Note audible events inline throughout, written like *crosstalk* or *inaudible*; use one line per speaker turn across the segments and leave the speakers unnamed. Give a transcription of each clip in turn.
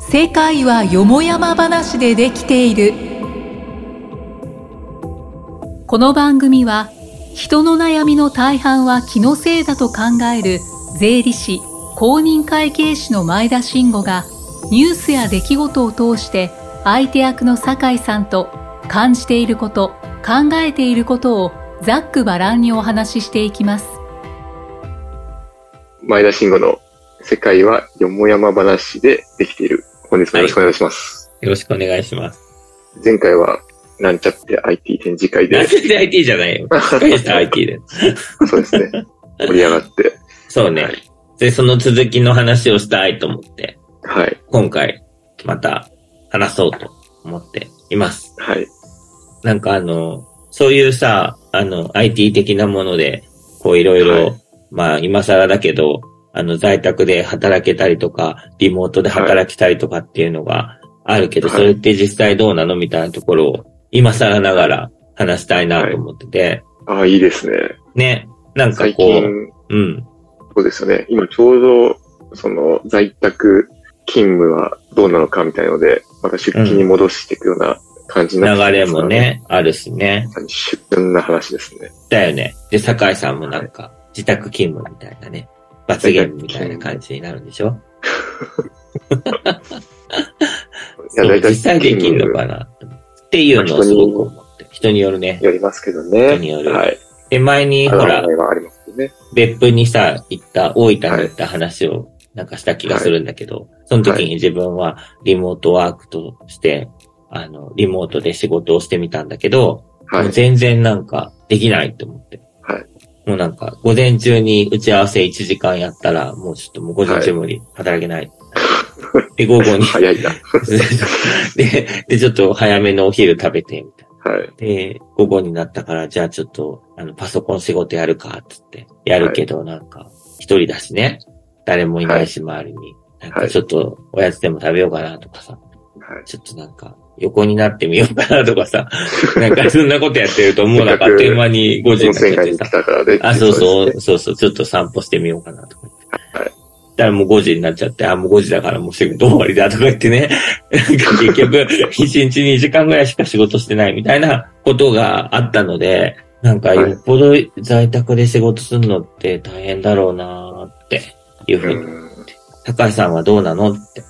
世界はよもやま話でできているこの番組は人の悩みの大半は気のせいだと考える税理士公認会計士の前田慎吾がニュースや出来事を通して相手役の酒井さんと感じていること考えていることをざっくばらんにお話ししていきます
前田慎吾の世界はよもやま話でできている。本日もよろしくお願いします。
よろしくお願いします。
前回は、なんちゃって IT 展示会
な
で
ん、で IT じゃないよ。大した IT で。
*laughs* そうですね。盛り上がって、
そうね。で、その続きの話をしたいと思って、
はい、
今回、また話そうと思っています。
はい、
なんかあの、そういうさ、あの、IT 的なもので、こういろい
は
ろ
い、
まあ今更だけど、あの、在宅で働けたりとか、リモートで働きたりとかっていうのがあるけど、
はい
それって実際どうなのみたいなところを、今更ながら話したいなと思ってて、
ああ、いいですね。
ね、なんか
最
こ
近
う、、うん、
そうですよね。今ちょうど、その、在宅勤務はどうなのかみたいので、また出勤に戻していくような感じに
流
なってま
れ
すか
も
ら。
ね、あるしね。
まさに出勤な話ですね。
だよね。で、酒井さんもなんか、自宅勤務みたいなね、罰ゲームみたいな感じになるんでしょ
いや、
そう
在宅
実際できんのかなっていうのをすごく思って。人によるね。
やりますけどね。
人による
はい。
で、前に、ほ
あ
ら
の、はありますよね。
別府にさ、行った、大分に行った話を、なんかした気がするんだけど、その時に自分はリモートワークとして、あの、リモートで仕事をしてみたんだけど、
は
もう
い。
全然なんかできないと思って。
はい、
もうなんか、午前中に打ち合わせ1時間やったら、もうちょっともう午前中無理、働けない。で、午後に
早いな。
*laughs* で、で、ちょっと早めのお昼食べて、みたいな。
はい。
で、午後になったから、じゃあちょっと、あの、パソコン仕事やるか、つって。やるけど、なんか、一人だしね。誰もいないし、周りに。なんか、ちょっと、おやつでも食べようかな、とかさ。
はい。
ちょっとなんか、横になってみようかなとかさ、 *laughs* なんかそんなことやってると、もうなんかあっという間に5時
温
にな
泉街
っちゃって
に
さ
来、たからで。
あ、そう
です
そ
ね
う、そうそう、ちょっと散歩してみようかなとか言っ
は
て。だからもう5時になっちゃって、あ、もう5時だからもう仕事終わりだとか言っ
*laughs*
てね、なんか結局、1日2時間ぐらいしか仕事してないみたいなことがあったので、なんかよっぽど在宅で仕事するのって大変だろうなーっていうふうに。
うん
高橋さんはどうなのって。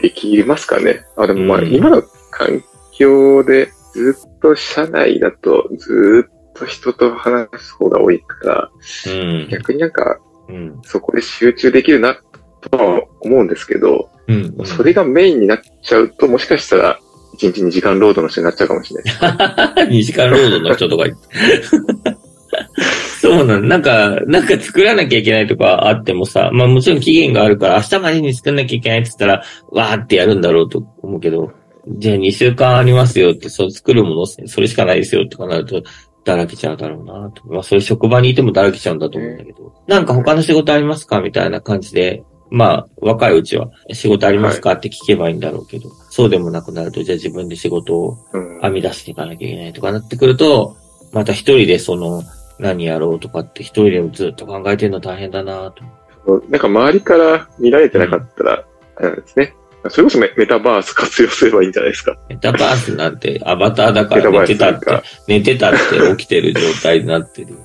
できますかね。あ、でもまあ、
うん
今の環境でずっと社内だとずっと人と話す方が多いから、
うん。
逆になんか
うん。
そこで集中できるなとは思うんですけど、
うん。うん
それがメインになっちゃうと、もしかしたら1日2時間労働の人になっちゃうかもしれない。
*laughs* 2時間労働の人とか *laughs* 言って。そうなんなんか、なんか作らなきゃいけないとかあってもさ、まあもちろん期限があるから明日までに作んなきゃいけないって言ったら、わーってやるんだろうと思うけど、じゃあ2週間ありますよって、そう作るもの、それしかないですよとかなると、だらけちゃうだろうなと。まあそういう職場にいてもだらけちゃうんだと思うんだけど、なんか他の仕事ありますかみたいな感じで、まあ若いうちは仕事ありますかって聞けばいいんだろうけど、そうでもなくなると、じゃあ自分で仕事を
うん
編み出していかなきゃいけないとかなってくると、また一人でその、何やろうとかって一人でずっと考えてるの大変だなと。
なんか周りから見られてなかったら、あれなんですね。それこそメメタバース活用すればいいんじゃないですか。
メタバースなんてアバターだか
メタ
ら
バー
寝て
ス
た
なん
っ
か
て、寝てたって起きてる状態になって
*laughs*
る。だか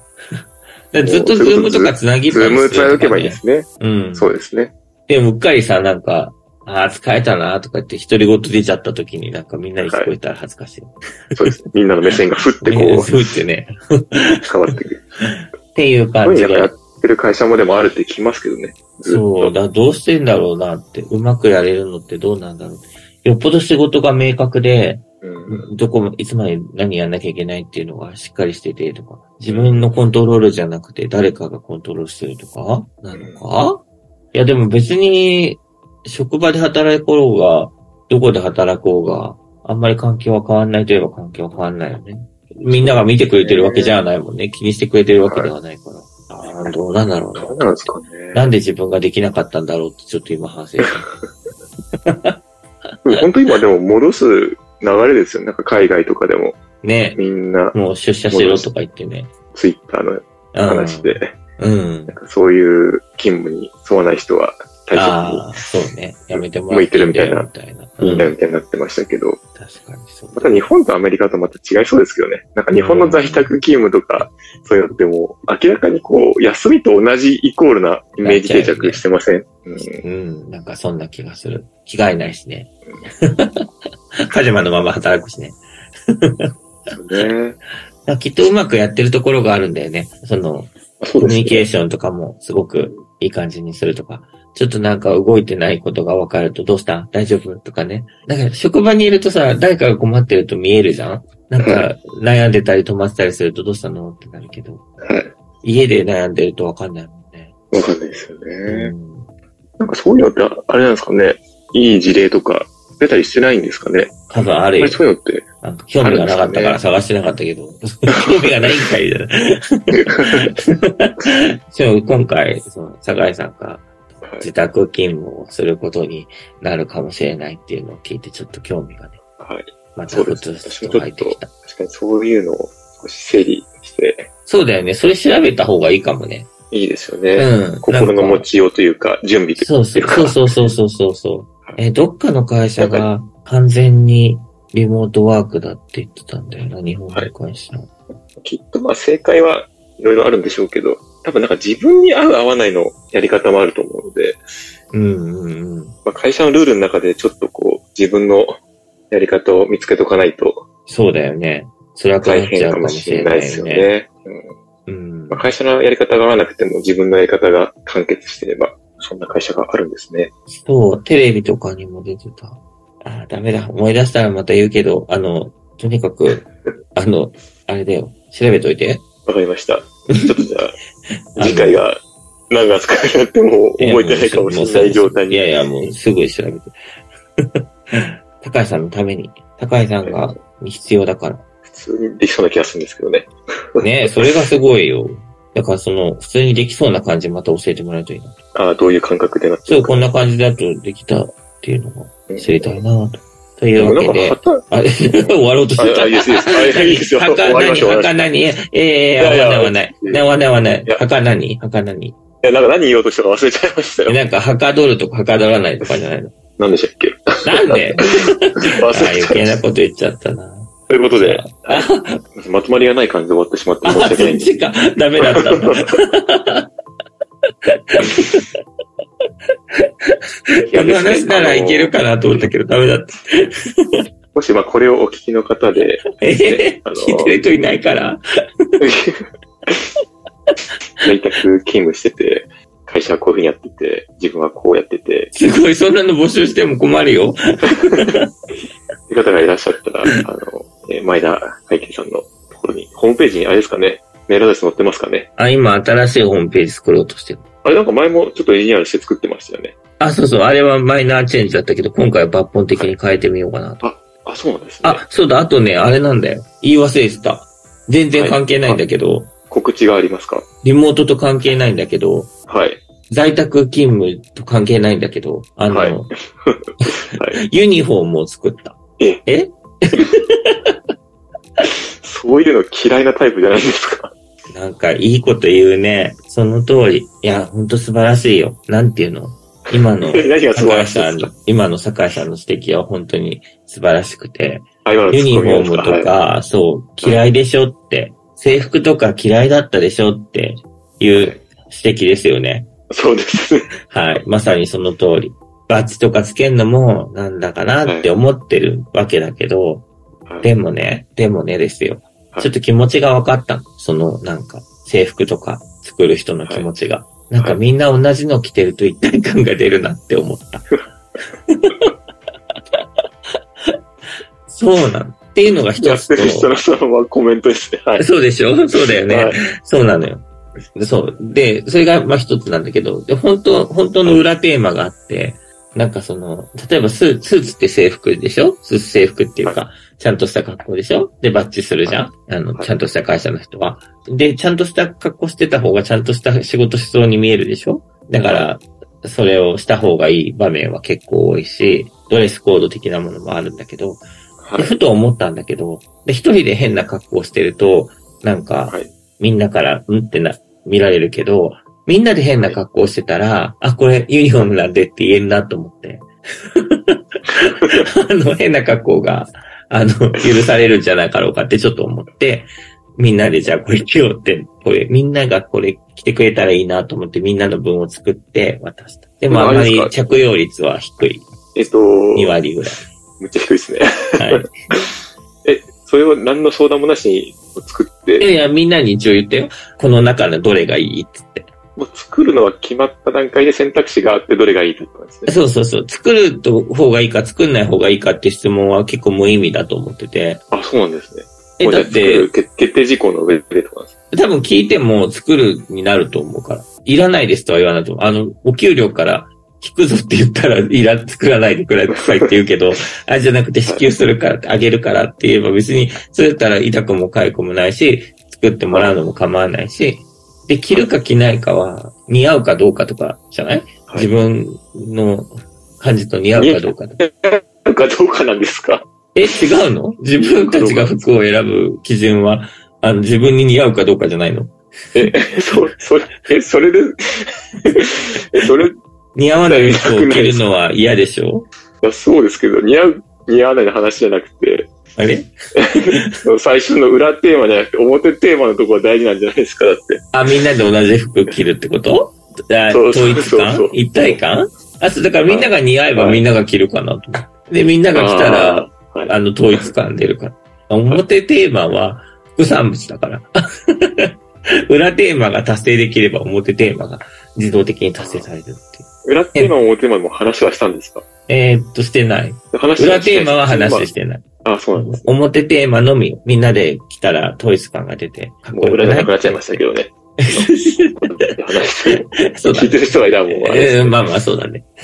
らずっと
もう
ズームとかつなぎっ
ズ
ぱ
ー
り
ム
す
繋い
る
どけ
とか
ばいいんで
ね。
すね。
うん。
そうですね。
で、うっかりさ、なんか、ああ、疲れたなとかって独り言出ちゃった時になんかみんなに聞こえたら恥ずかしい。
そうです。 *laughs* みんなの目線がふってこう、
ねそう言ってね。
変わってくる。
っていう
そう
感
いう
じ
のや
で
っ。てる会社もでもあるって聞きますけどね。ずっ
そう、
と。
だどうしてんだろうなって、うまくやれるのってどうなんだろう。よっぽど仕事が明確で、
うん
どこも、いつまで何やんなきゃいけないっていうのがしっかりしててとか、自分のコントロールじゃなくて誰かがコントロールしてるとかなのかいやでも別に、職場で働いこうが、どこで働こうが、あんまり環境は変わんないといえば環境は変わんないよね。みんなが見てくれてるわけじゃないもんね。気にしてくれてるわけではないから。ああ、どうなんだろうな
ど。うなんですかね。
なんで自分ができなかったんだろうってちょっと今反 *laughs* 省した。
本当今でも戻す流れですよ。なんか海外とかでも
ね
みんな
もう出社しろとか言ってね。
ツイッターの
うん
話。で、
うん。
なんかそういう勤務に沿わない人は大切に
ああ、そうね。やめてもらってんだよみたいな。うん
みたいになってましたけど、
確かにそう。
また日本とアメリカとまた違いそうですけどね。なんか日本の在宅勤務とか、そういうのってもう、明らかにこう、休みと同じイコールなイメージ定着してません。うん
うん、なんかそんな気がする。着替えないし *laughs* ね。パジャマのまま働くしね。
そうね。
なんかきっとうまくやってるところがあるんだよね。その、
あそ
コ
うで
ミュ
す
ニケー
ね。
ションとかもすごくいい感じにするとか、ちょっとなんか動いてないことが分かると、どうしたん大丈夫とかね。なんか職場にいるとさ、誰かが困ってると見えるじゃんなんか悩んでたり止まってたりするとどうしたのってなるけど、
はい。
家で悩んでると分かんないもんね。
わかんないですよね。
うん
なんかそういうのって、あれなんですかね。いい事例とか出たりしてないんですかね。
多分あ
や
る
っ
よ
ぱり。そういうの
*laughs*
って、
なんか興味がなかったから探してなかったけど、 *laughs* 興味がないんかいじゃ
*laughs*
ない。そう今回、その、酒井さんが
はい
自宅勤務をすることになるかもしれないっていうのを聞いて、ちょっと興味がね、
はい。
また
そう
ふ
で
つ
す
ふつと湧いてきた。
確かにそういうのを少し整理して、
そうだよね。それ調べた方がいいかもね。
いいですよ
う
ね。
ん。
心の持
ち。
ちようというか、準備というか。
そうそうそうそうそうそうそう。え、どっかの会社
な
が完全にリモートワークだって言ってたんだよな、日本の会社。
きっとまあ正解はいろいろあるんでしょうけど、多分なんか自分に合う合わないのやり方もあると思うので、
うんうんうん。
まあ、会社のルールの中でちょっとこう自分のやり方を見つけとかないと
そうだよね。辛くな
大
っちゃ
変
う
か
かも
も
し
し
れ
れ
な
ない
い
です
よ
よ
ね。
ね。うん
うん
まあ、会社のやり方が合わなくても自分のやり方が完結してれば、そんな会社があるんですね。
そう、テレビとかにも出てた。あーダメだ。思い出したらまた言うけど、あの、とにかく、あの、あれだよ。調べといて。
わかりま
*laughs*
した。ちょっとじゃ
あの
あ、次回が何月かになっても覚えてないかもしれない状態に。
いやいや、もうすぐ調べて。
*laughs*
高橋さんのために。高橋さんが必要だから。
普通にできそうな気がするんですけどね。
ねそれがすごいよ。だからその、普通にできそうな感じまた教えてもらえるといいな。
ああ、どういう感覚でなって
そう、
るか。
こんな感じだとできたっていうのが知りたいなと。とい
でも
う
な
わ
んか
けで。
旗
あ、終わろうとしてた。
あいいですいいですあいい *laughs* ですよ
はか
終わり
な
ま
に
しょう
はかなにええ、え
いやいや
わないわない。
い
なわないわない
い。や
はかなにはかなに
え、なんか何言おうとしたか忘れちゃ *laughs* いましたよ。
なんか、はかどるとかはかどらないとかじゃないの。
何でしたっけ *laughs*
なんであ
忘れ
ー余
ちゃい
計
ま
な
した。
こと言っちゃったな。
ということで、
あ、
*laughs* まとまりがない感じで終わってしまって
あ
申し
そ
訳ない
っ
んです。
ちか。ダメだったんだ。
*laughs* いや
この話ならいけるかなと思ったけど、ダメだった。
*laughs* もしまあこれをお聞きの方で、
えー
あの
聞いてる人いないから。
*laughs* 在宅勤務してて、会社はこういうふうにやってて、自分はこうやってて、
すごい、そんなの募集しても困るよ。
って方がいらっしゃ
*laughs*
ったら、あの、え前田会計さんのところに、ホームページにあれですかね、メールアドレス載ってますかね。
あ、今、新しいホームページ作ろうとしてる。
あれなんか前もちょっとリニューアルして作ってましたよね。
あ、そうそう。あれはマイナーチェンジだったけど、今回は抜本的に変えてみようかなと。
あ、そうなんですね。
あ、そうだ。あとね、あれなんだよ。言い忘れてた。全然関係ないんだけど、
告知がありますか
リモートと関係ないんだけど、
はい。
在宅勤務と関係ないんだけど、あの、
はいはい。
ユニフォームを作った。
え
え
そういうの嫌いなタイプじゃないですか。
なんかいいこと言うね。その通り。いや、ほんと素晴らしいよ。なんていうの今
*laughs*
の、
何がすごいで
酒井
すか
さんの、今の酒井さんの指摘は本当に素晴らしくて、
あ今のツ
ユ
ッ
ニ
コ
フ
ミ
ォ
で
ー
す
ム
か
と
はい
か、そう、嫌いでしょって、制服とか嫌いだったでしょっていう指摘ですよね。
そうですね。
はい。まさにその通り。バッジとかつけんのもなんだかなって思ってるわけだけど、でもね、でもねですよ。
はい
ちょっと気持ちが分かったの。その、なんか、制服とか作る人の気持ちが。なんかみんな同じの着てると一体感が出るなって
*laughs*
思った。そうなん。っていうのが
*laughs* や
一
ってる
つ
人
と。
のそのままコメントですね。はい。
そうでしょそうだよね。
はい
そうなのよ。そう。で、それが、まあ一つなんだけど、で、本当本当の裏テーマがあって、なんかその、例えばスーツ、スーツって制服でしょスーツ制服っていうか、ちゃんとした格好でしょで、バッチするじゃん、あの、
はい
ちゃんとした会社の人は。で、ちゃんとした格好してた方がちゃんとした仕事しそうに見えるでしょだから、それをした方がいい場面は結構多いし、ドレスコード的なものもあるんだけど、
は
でふと思ったんだけど、で、一人で変な格好をしてると、なんか、
はい
みんなから、うんってな、見られるけど、みんなで変な格好をしてたら、あ、これユニフォームなんでって言えるなと思って。 *laughs* あの、変な格好が、あの、許されるんじゃないかろうかってちょっと思って、みんなでじゃあこれ着ようって、これ、みんながこれ着てくれたらいいなと思って、みんなの分を作って渡した。でもあんまり着用率は低い。
えっと、
2割ぐらい。
むっちゃ低いですね。
はい。
それは何の相談もなしに作って
い、やいや、みんなに一応言ってよ。この中のどれがいいっつって。
もう作るのは決まった段階で選択肢があってどれがいいってことなんですね。
そうそうそう。作る方がいいか作んない方がいいかって質問は結構無意味だと思ってて。
あ、そうなんですね。
え、
もうじゃ
だ
あ
っ
作
て
る、決決定事項の上でってことなんですね。
多分聞いても作るになると思うから。いらないですとは言わないと思う。あの、お給料から聞くぞって言ったら、いら、作らないでくらいくださいって言うけど、 *laughs* あ、じゃなくて支給するから、あげるからって言えば別に、それだったら痛くも痒くもないし、作ってもらうのも構わないし、で、着るか着ないかは、似合うかどうかとかじゃない、
はい
自分の感じと似合うかどうかとか
なんかどうかなんですか *laughs*
え、違うの自分たちが服を選ぶ基準は、あの、自分に似合うかどうかじゃないの
え、そ、それ、え、それで、 *laughs* え、それ、
似合わない服を着るのは嫌でしょ
あそうですけど、似合う、似合わないの話じゃなくて、
あれ
その最初の裏テーマじゃなくて、表テーマのところが大事なんじゃないですか、だって。
あ、みんなで同じ服着るってことあ
そう
統一
そうそ
感
う
一体感あ、そう、だからみんなが似合えば
はい
みんなが着るかなと思って。で、みんなが着たら、
あーはい
あの、統一感出るから。あ表テーマは副産物だから。 *laughs* 裏テーマが達成できれば表テーマが自動的に達成されるっていう。
裏テーマも表テーマも話はしたんですか
えーっと、してない。
話は
裏
しない
テーマは話してない。
あ、そうなんです。
表テーマのみ、みんなで来たら統一感が出て、かっ
も
こ
う
よ
裏
く
じゃ
な
なく
い
なっちゃいましたけど
*laughs*
ね。話して、
そうだ
聞い。てる人がいたらもう、あれ
えーまあまあ、そうだね。 *laughs*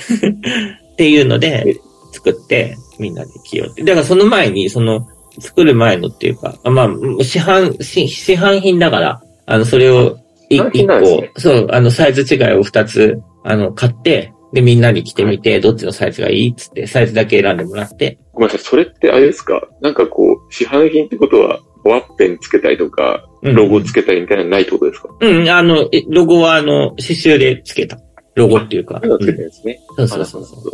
っていうので、作って、みんなで着ようって。だからその前に、その、作る前のっていうか、あまあ、市販、市市販品だから、あの、それをい
市販
一
品なんです
個、
ね
そう、あの、サイズ違いを二つ、あの、買って、で、みんなに着てみて、どっちのサイズがいいっつって、サイズだけ選んでもらって、
ごめんなさい、それってあれですかなんかこう、市販品ってことは、ワッペンつけたりとか、
うん
ロゴつけたりみたいなのないってことですか、
うん、あの、えロゴはあの、刺繍でつけた。ロゴっていうか。
なんかつけ
う
て
ん
るんですね。
そう
あ
そ
な
う
る
そ
ほど
うそう。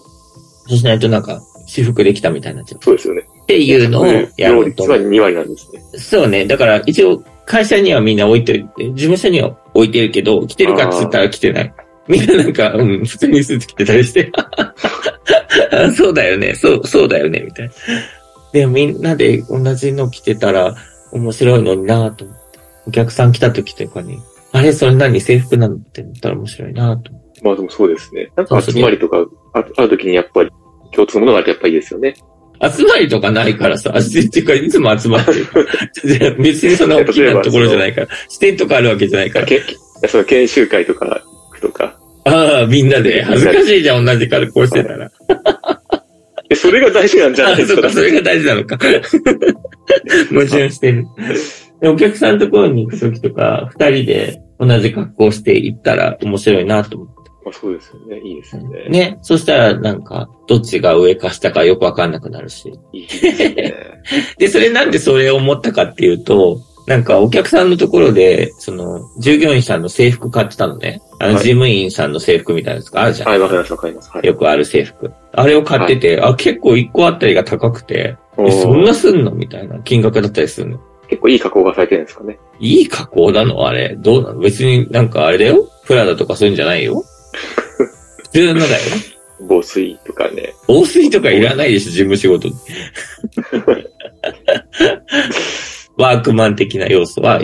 そうしないとなんか、私服できたみたいになっちゃう。
そうですよね。
っていうのをや
料
ろう
率
と。
は2割なんですね。
そうね。だから一応、会社にはみんな置いてる。事務所には置いてるけど、着てるかっつったら着てない。みんななんか、うん、普通にスーツ着てたりして。 *laughs* あそうだよね。そう、そうだよね。みたいな。で、みんなで同じの着てたら面白いのになぁと思って。お客さん来た時とかに、あれ、それ何制服なのって言ったら面白いなぁと思って。
まあでもそうですね。なん
そう
か
そう
集まりとか、ああるときにやっぱり、共通のものがあるとやっぱいいですよね。
集まりとかないからさ、しっていうか、いつも集まってる *laughs* から。別にそんな大きなところじゃないから。視点とかあるわけじゃないから。
けその研修会とか、とか。
ああ、みんなで。恥ずかしいじゃん、同じ格好し
*laughs*
てたら。
え、それが大事なんじゃな
あ
いで
あ、
す
そっ
か
か、それが大事なのか。 *laughs* 矛盾してる。でお客さんのところに行くときとか、二人で同じ格好して行ったら面白いなと思っ
まあそうですよね。いいです
て
よね。。
ね。そしたら、なんか、どっちが上か下かよくわかんなくなるし。
いいです
*laughs*
ね。
で、それなんでそれを思ったかっていうと、なんかお客さんのところで、その、従業員さんの制服買ってたのね。あの、
はい
事務員さんの制服みたいなやつがあるじゃん。
はい、わかります、わかります。はい。
よくある制服。あれを買ってて、あ、結構一個あたりが高くて、
お
え
ー
そんなすんのみたいな金額だったりするの。
結構いい加工がされてるんですかね。
いい加工なのあれ。どうなの別になんかあれだよプラダとかそういうんじゃないよ普通のだ
*laughs*
よ。
防水とかね。
防水とかいらないでしょ、事務仕事に。
*laughs*
ワークマン的な要素は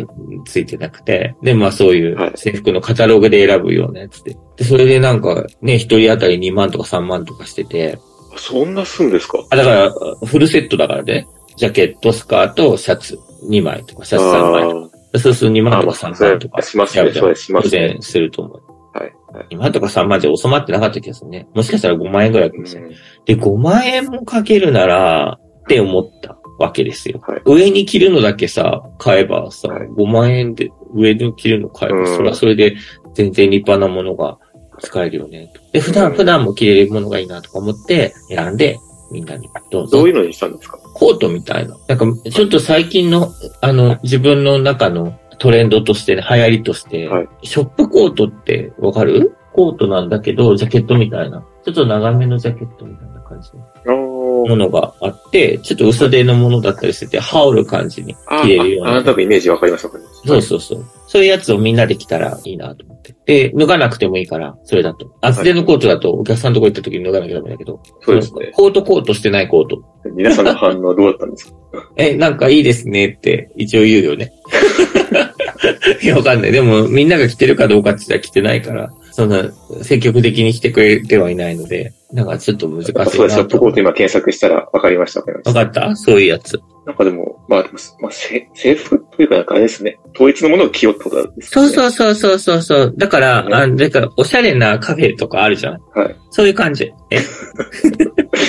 ついてなくて、で、まあそうい
はいう
制服のカタログで選ぶようなやつで。で、それでなんかね、一人当たり2万とか3万とかしてて、
あそんなすんですか
あ、だから、フルセットだからね。ジャケット、スカート、シャツ2枚とか、シャツ3枚と
あー
か。そうすると2
ま
万
あ
と
ま
か
あ、
3万とか。
しますね。そうですしま
当
すね。
然すると思う。
はい。はい
2万とか3万じゃ収まってなかった気がするね。もしかしたら5万円ぐらいかもしれない。
うん
で、5万円もかけるなら、って思ったわけですよ。
はい
上に着るのだけさ、買えばさ、
はい
5万円で上に着るの買えば、
うん
それはそれで全然立派なものが使えるよねと。で、普段、
うん
普段も着れるものがいいなとか思って、選んで、みんなにどうぞ
どういうのにしたんですか
コートみたいな。なんか、ちょっと最近の、あの、自分の中のトレンドとして、ね、流行りとして、
はい
ショップコートってわかるコートなんだけど、ジャケットみたいな。ちょっと長めのジャケットみたいな感じ。
あー
ものがあって、ちょっと薄手のものだったりしてて、羽織る感じに
あ
着れるよう
あ、あな
な。
たのイメージわかりました、わかりました。
そうそうそう。そういうやつをみんなで着たらいいなと思って。で、脱がなくてもいいから、それだと。厚手のコートだと、お客さんのとこ行った時に脱がなきゃダメだけど、
そうですね。
コートコートしてないコート。
皆さんの反応はどうだったん
*laughs*
ですか
え、なんかいいですねって、一応言うよね。 *laughs* いや、わかんない。でも、みんなが着てるかどうかって言ったら着てないから、そんな、積極的に着てくれてはいないので、なんかちょっと難しいな
そうです。ショップ
と
コート今検索したらわかりました、わかりま
わ
し
か
た。
ったそういうやつ。
なんかでも、まあ、でもまあ、せ制服というかなんかあれですね。統一のものを着ようってことなんですか
そう
ね。
そうそうそうそうそう。だから、
ね
あだから、おしゃれなカフェとかあるじゃん。
はい。
そういう感じ。え、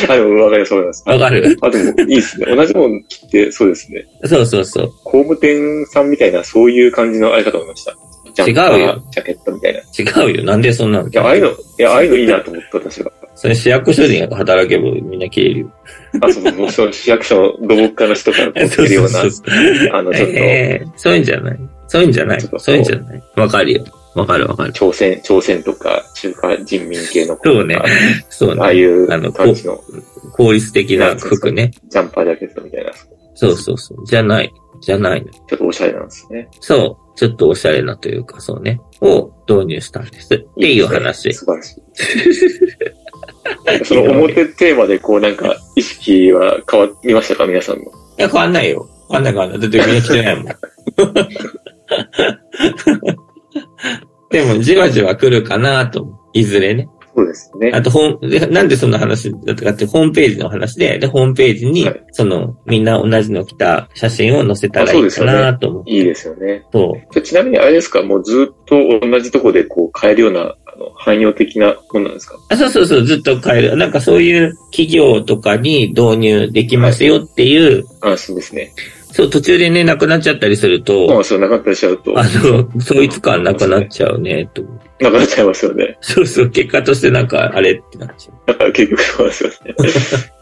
はい、わかります、わかります。
わ
*laughs*
かる
あ、でもいいですね。同じもの着て、そうですね。
そうそうそう。
工務店さんみたいな、そういう感じのあれかと思いました。ジャンパー
違うよ。
ジャケットみたいな。い
違うよ。なんでそんなの
や、ああいうの、いや、ああいうのいいなと思った、私は。
それ市役所で働けばみんな着れるよ。
あ、その、もうその
*laughs*
市役所の土木家の人からこう着
そう
るよ
そ
うな
うそう、そう。
あの、ちょっと、
ええそういうんじゃない。そういうんじゃない。そういうんじゃない。わかるよ。わかるわかる。
朝鮮、朝鮮とか、中華人民系の子
そうね
あ
そう
ああ
ね。
いう
あのこう
感じの
効率的な服ね。
ジャンパージャケットみたいな、ち
そうそうそう。じゃない。じゃないの。
ょっとおしゃれなんですね。
そう。ちょっとおしゃれなというか、そうね。を導入したんです。っていう話。
素晴ら
*laughs*
しい。その表テーマで、こう、なんか、意識は変わりましたか皆さんの。
いや、変わんないよ。変わんない変わんない。だってみんな来てないも
*laughs*
ん。でも、じわじわ来るかなと思う。いずれね。
そうですね。
あと、ほん、でなんでそんな話だったかって、ホームページの話で、で、ホームページに
はい、
その、みんな同じの着た写真を載せた
あ
ら
そ
いうい
です
か
よね
なと思う。
いいですよね。
そう。
じゃあちなみにあれですか、もうずっと同じとこでこう変えるような、あの、汎用的なものなんですか
あそうそうそう、ずっと変える。なんかそういう企業とかに導入できますよっていう、
安心ですね。
そう、途中でね、なくなっちゃったりする
ま
と、
あ、そうなかったりしちゃうと、
あ
な
の、統一感なくなっちゃうね、と思う
くなっちゃいますよね。
そうそう、結果としてなんか、あれってなっちゃ
だから結局そうですよね。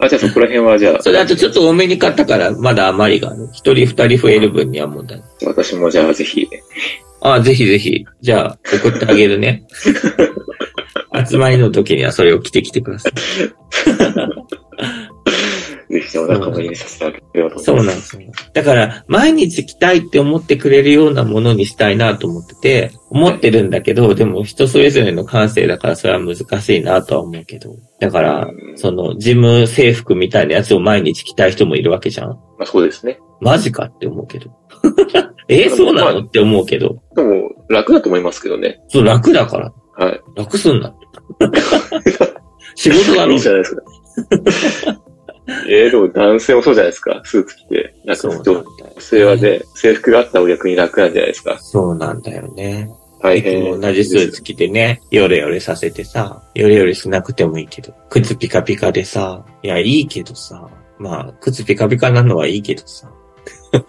*laughs*
あ、じゃあそこら辺は、じゃあ
う。、それあとちょっと多めに買ったから、まだ余りがある。一人二人増える分には問題ない。
私もじゃあぜひ、
ああ、ぜひぜひ。じゃあ、送ってあげるね。集まりの時にはそれを着てきてください。
ぜひお仲間入りさせてあげようと
そう
思
ないん
ま。
ですすよ。だから、毎日着たいって思ってくれるようなものにしたいなと思ってて、思ってるんだけど、でも人それぞれの感性だからそれは難しいなとは思うけど。だから、その、事務制服みたいなやつを毎日着たい人もいるわけじゃん。
まあ、そうですね。
マジかって思うけど。 *laughs* えそうなのって思うけど。
でも、楽だと思いますけどね。
そう、楽だから。
はい。
楽すんな。仕事だろ
いいじゃないです *laughs* か。えー、でも男性もそうじゃないですか。スーツ着て。なんか
そうなんだ
女
よ。
性はね、制服があった方が逆に楽なんじゃないですか。
そうなんだよね。
大
いつ
変。
も同じスーツ着てね、ヨレヨレさせてさ、ヨレヨレしなくてもいいけど、靴ピカピカでさ、いや、いいけどさ、まあ、靴ピカピカなのはいいけどさ、 *laughs*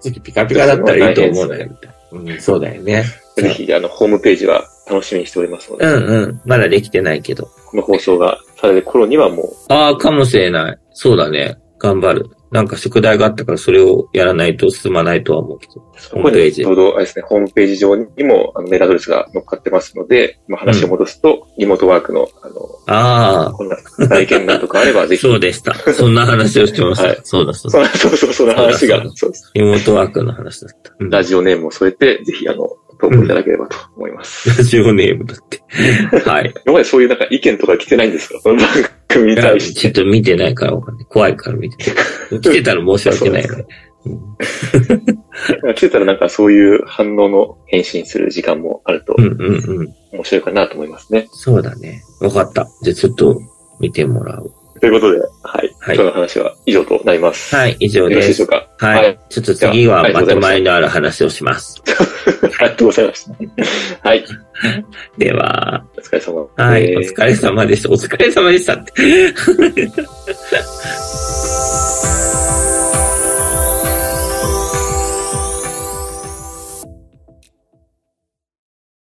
靴ピカピカだったらいいと思うんだよ、みたいな。うん、そうだよね。
ぜひ、あの、ホームページは楽しみにしておりますの
う
で、
んうん、まだできてないけど。
この放送がされる頃にはもう、
ああ、かもしれない。そうだね。頑張る。なんか宿題があったからそれをやらないと進まないとは思うけど。
そ
ホー
こ
ムペー
に
ジ
ちょうど、あれですね、ホームページ上にもあのメールアドレスが乗っかってますので、まあ、話を戻すと、リモートワークの、あの、
あ
こんな体験談とかあれば、
あ、
ぜひ、
*laughs* そうでした。そんな話をしてました。
はい
そうだそうだ。
そうそうそう、その話が
そうだそう、だ
そうです。
リモートワークの話だった。うん
ラジオネームを添えて、ぜひ、あの、投稿いただければと思います。
*laughs* ラジオネームだって。
*laughs*
はい。
今までそういうなんか意見とか来てないんですかこの番組に対し。
ちょってと見てないからわかんない。怖いから見
*laughs*
てない。来てたら申し訳ないよね。うん
来てたらなんかそういう反応の返信する時間もあると
うんうんうん。
面白いかなと思いますね。
そうだね。わかった。じゃあちょっと見てもらう。
ということで、はい。
は
今
い
日の話は以上となります。
はい、以上
よろしい
で
でしょう。
す
か。
は
はいい。
ちょっと次は
じゃあありがと
ま
う
と
ござい
ま
ました
りのある話をします。
*laughs* ありがとうございました。はい。
では、
お疲れ様。
はい、
えー
お疲れ様でした。お疲れ様でしたって。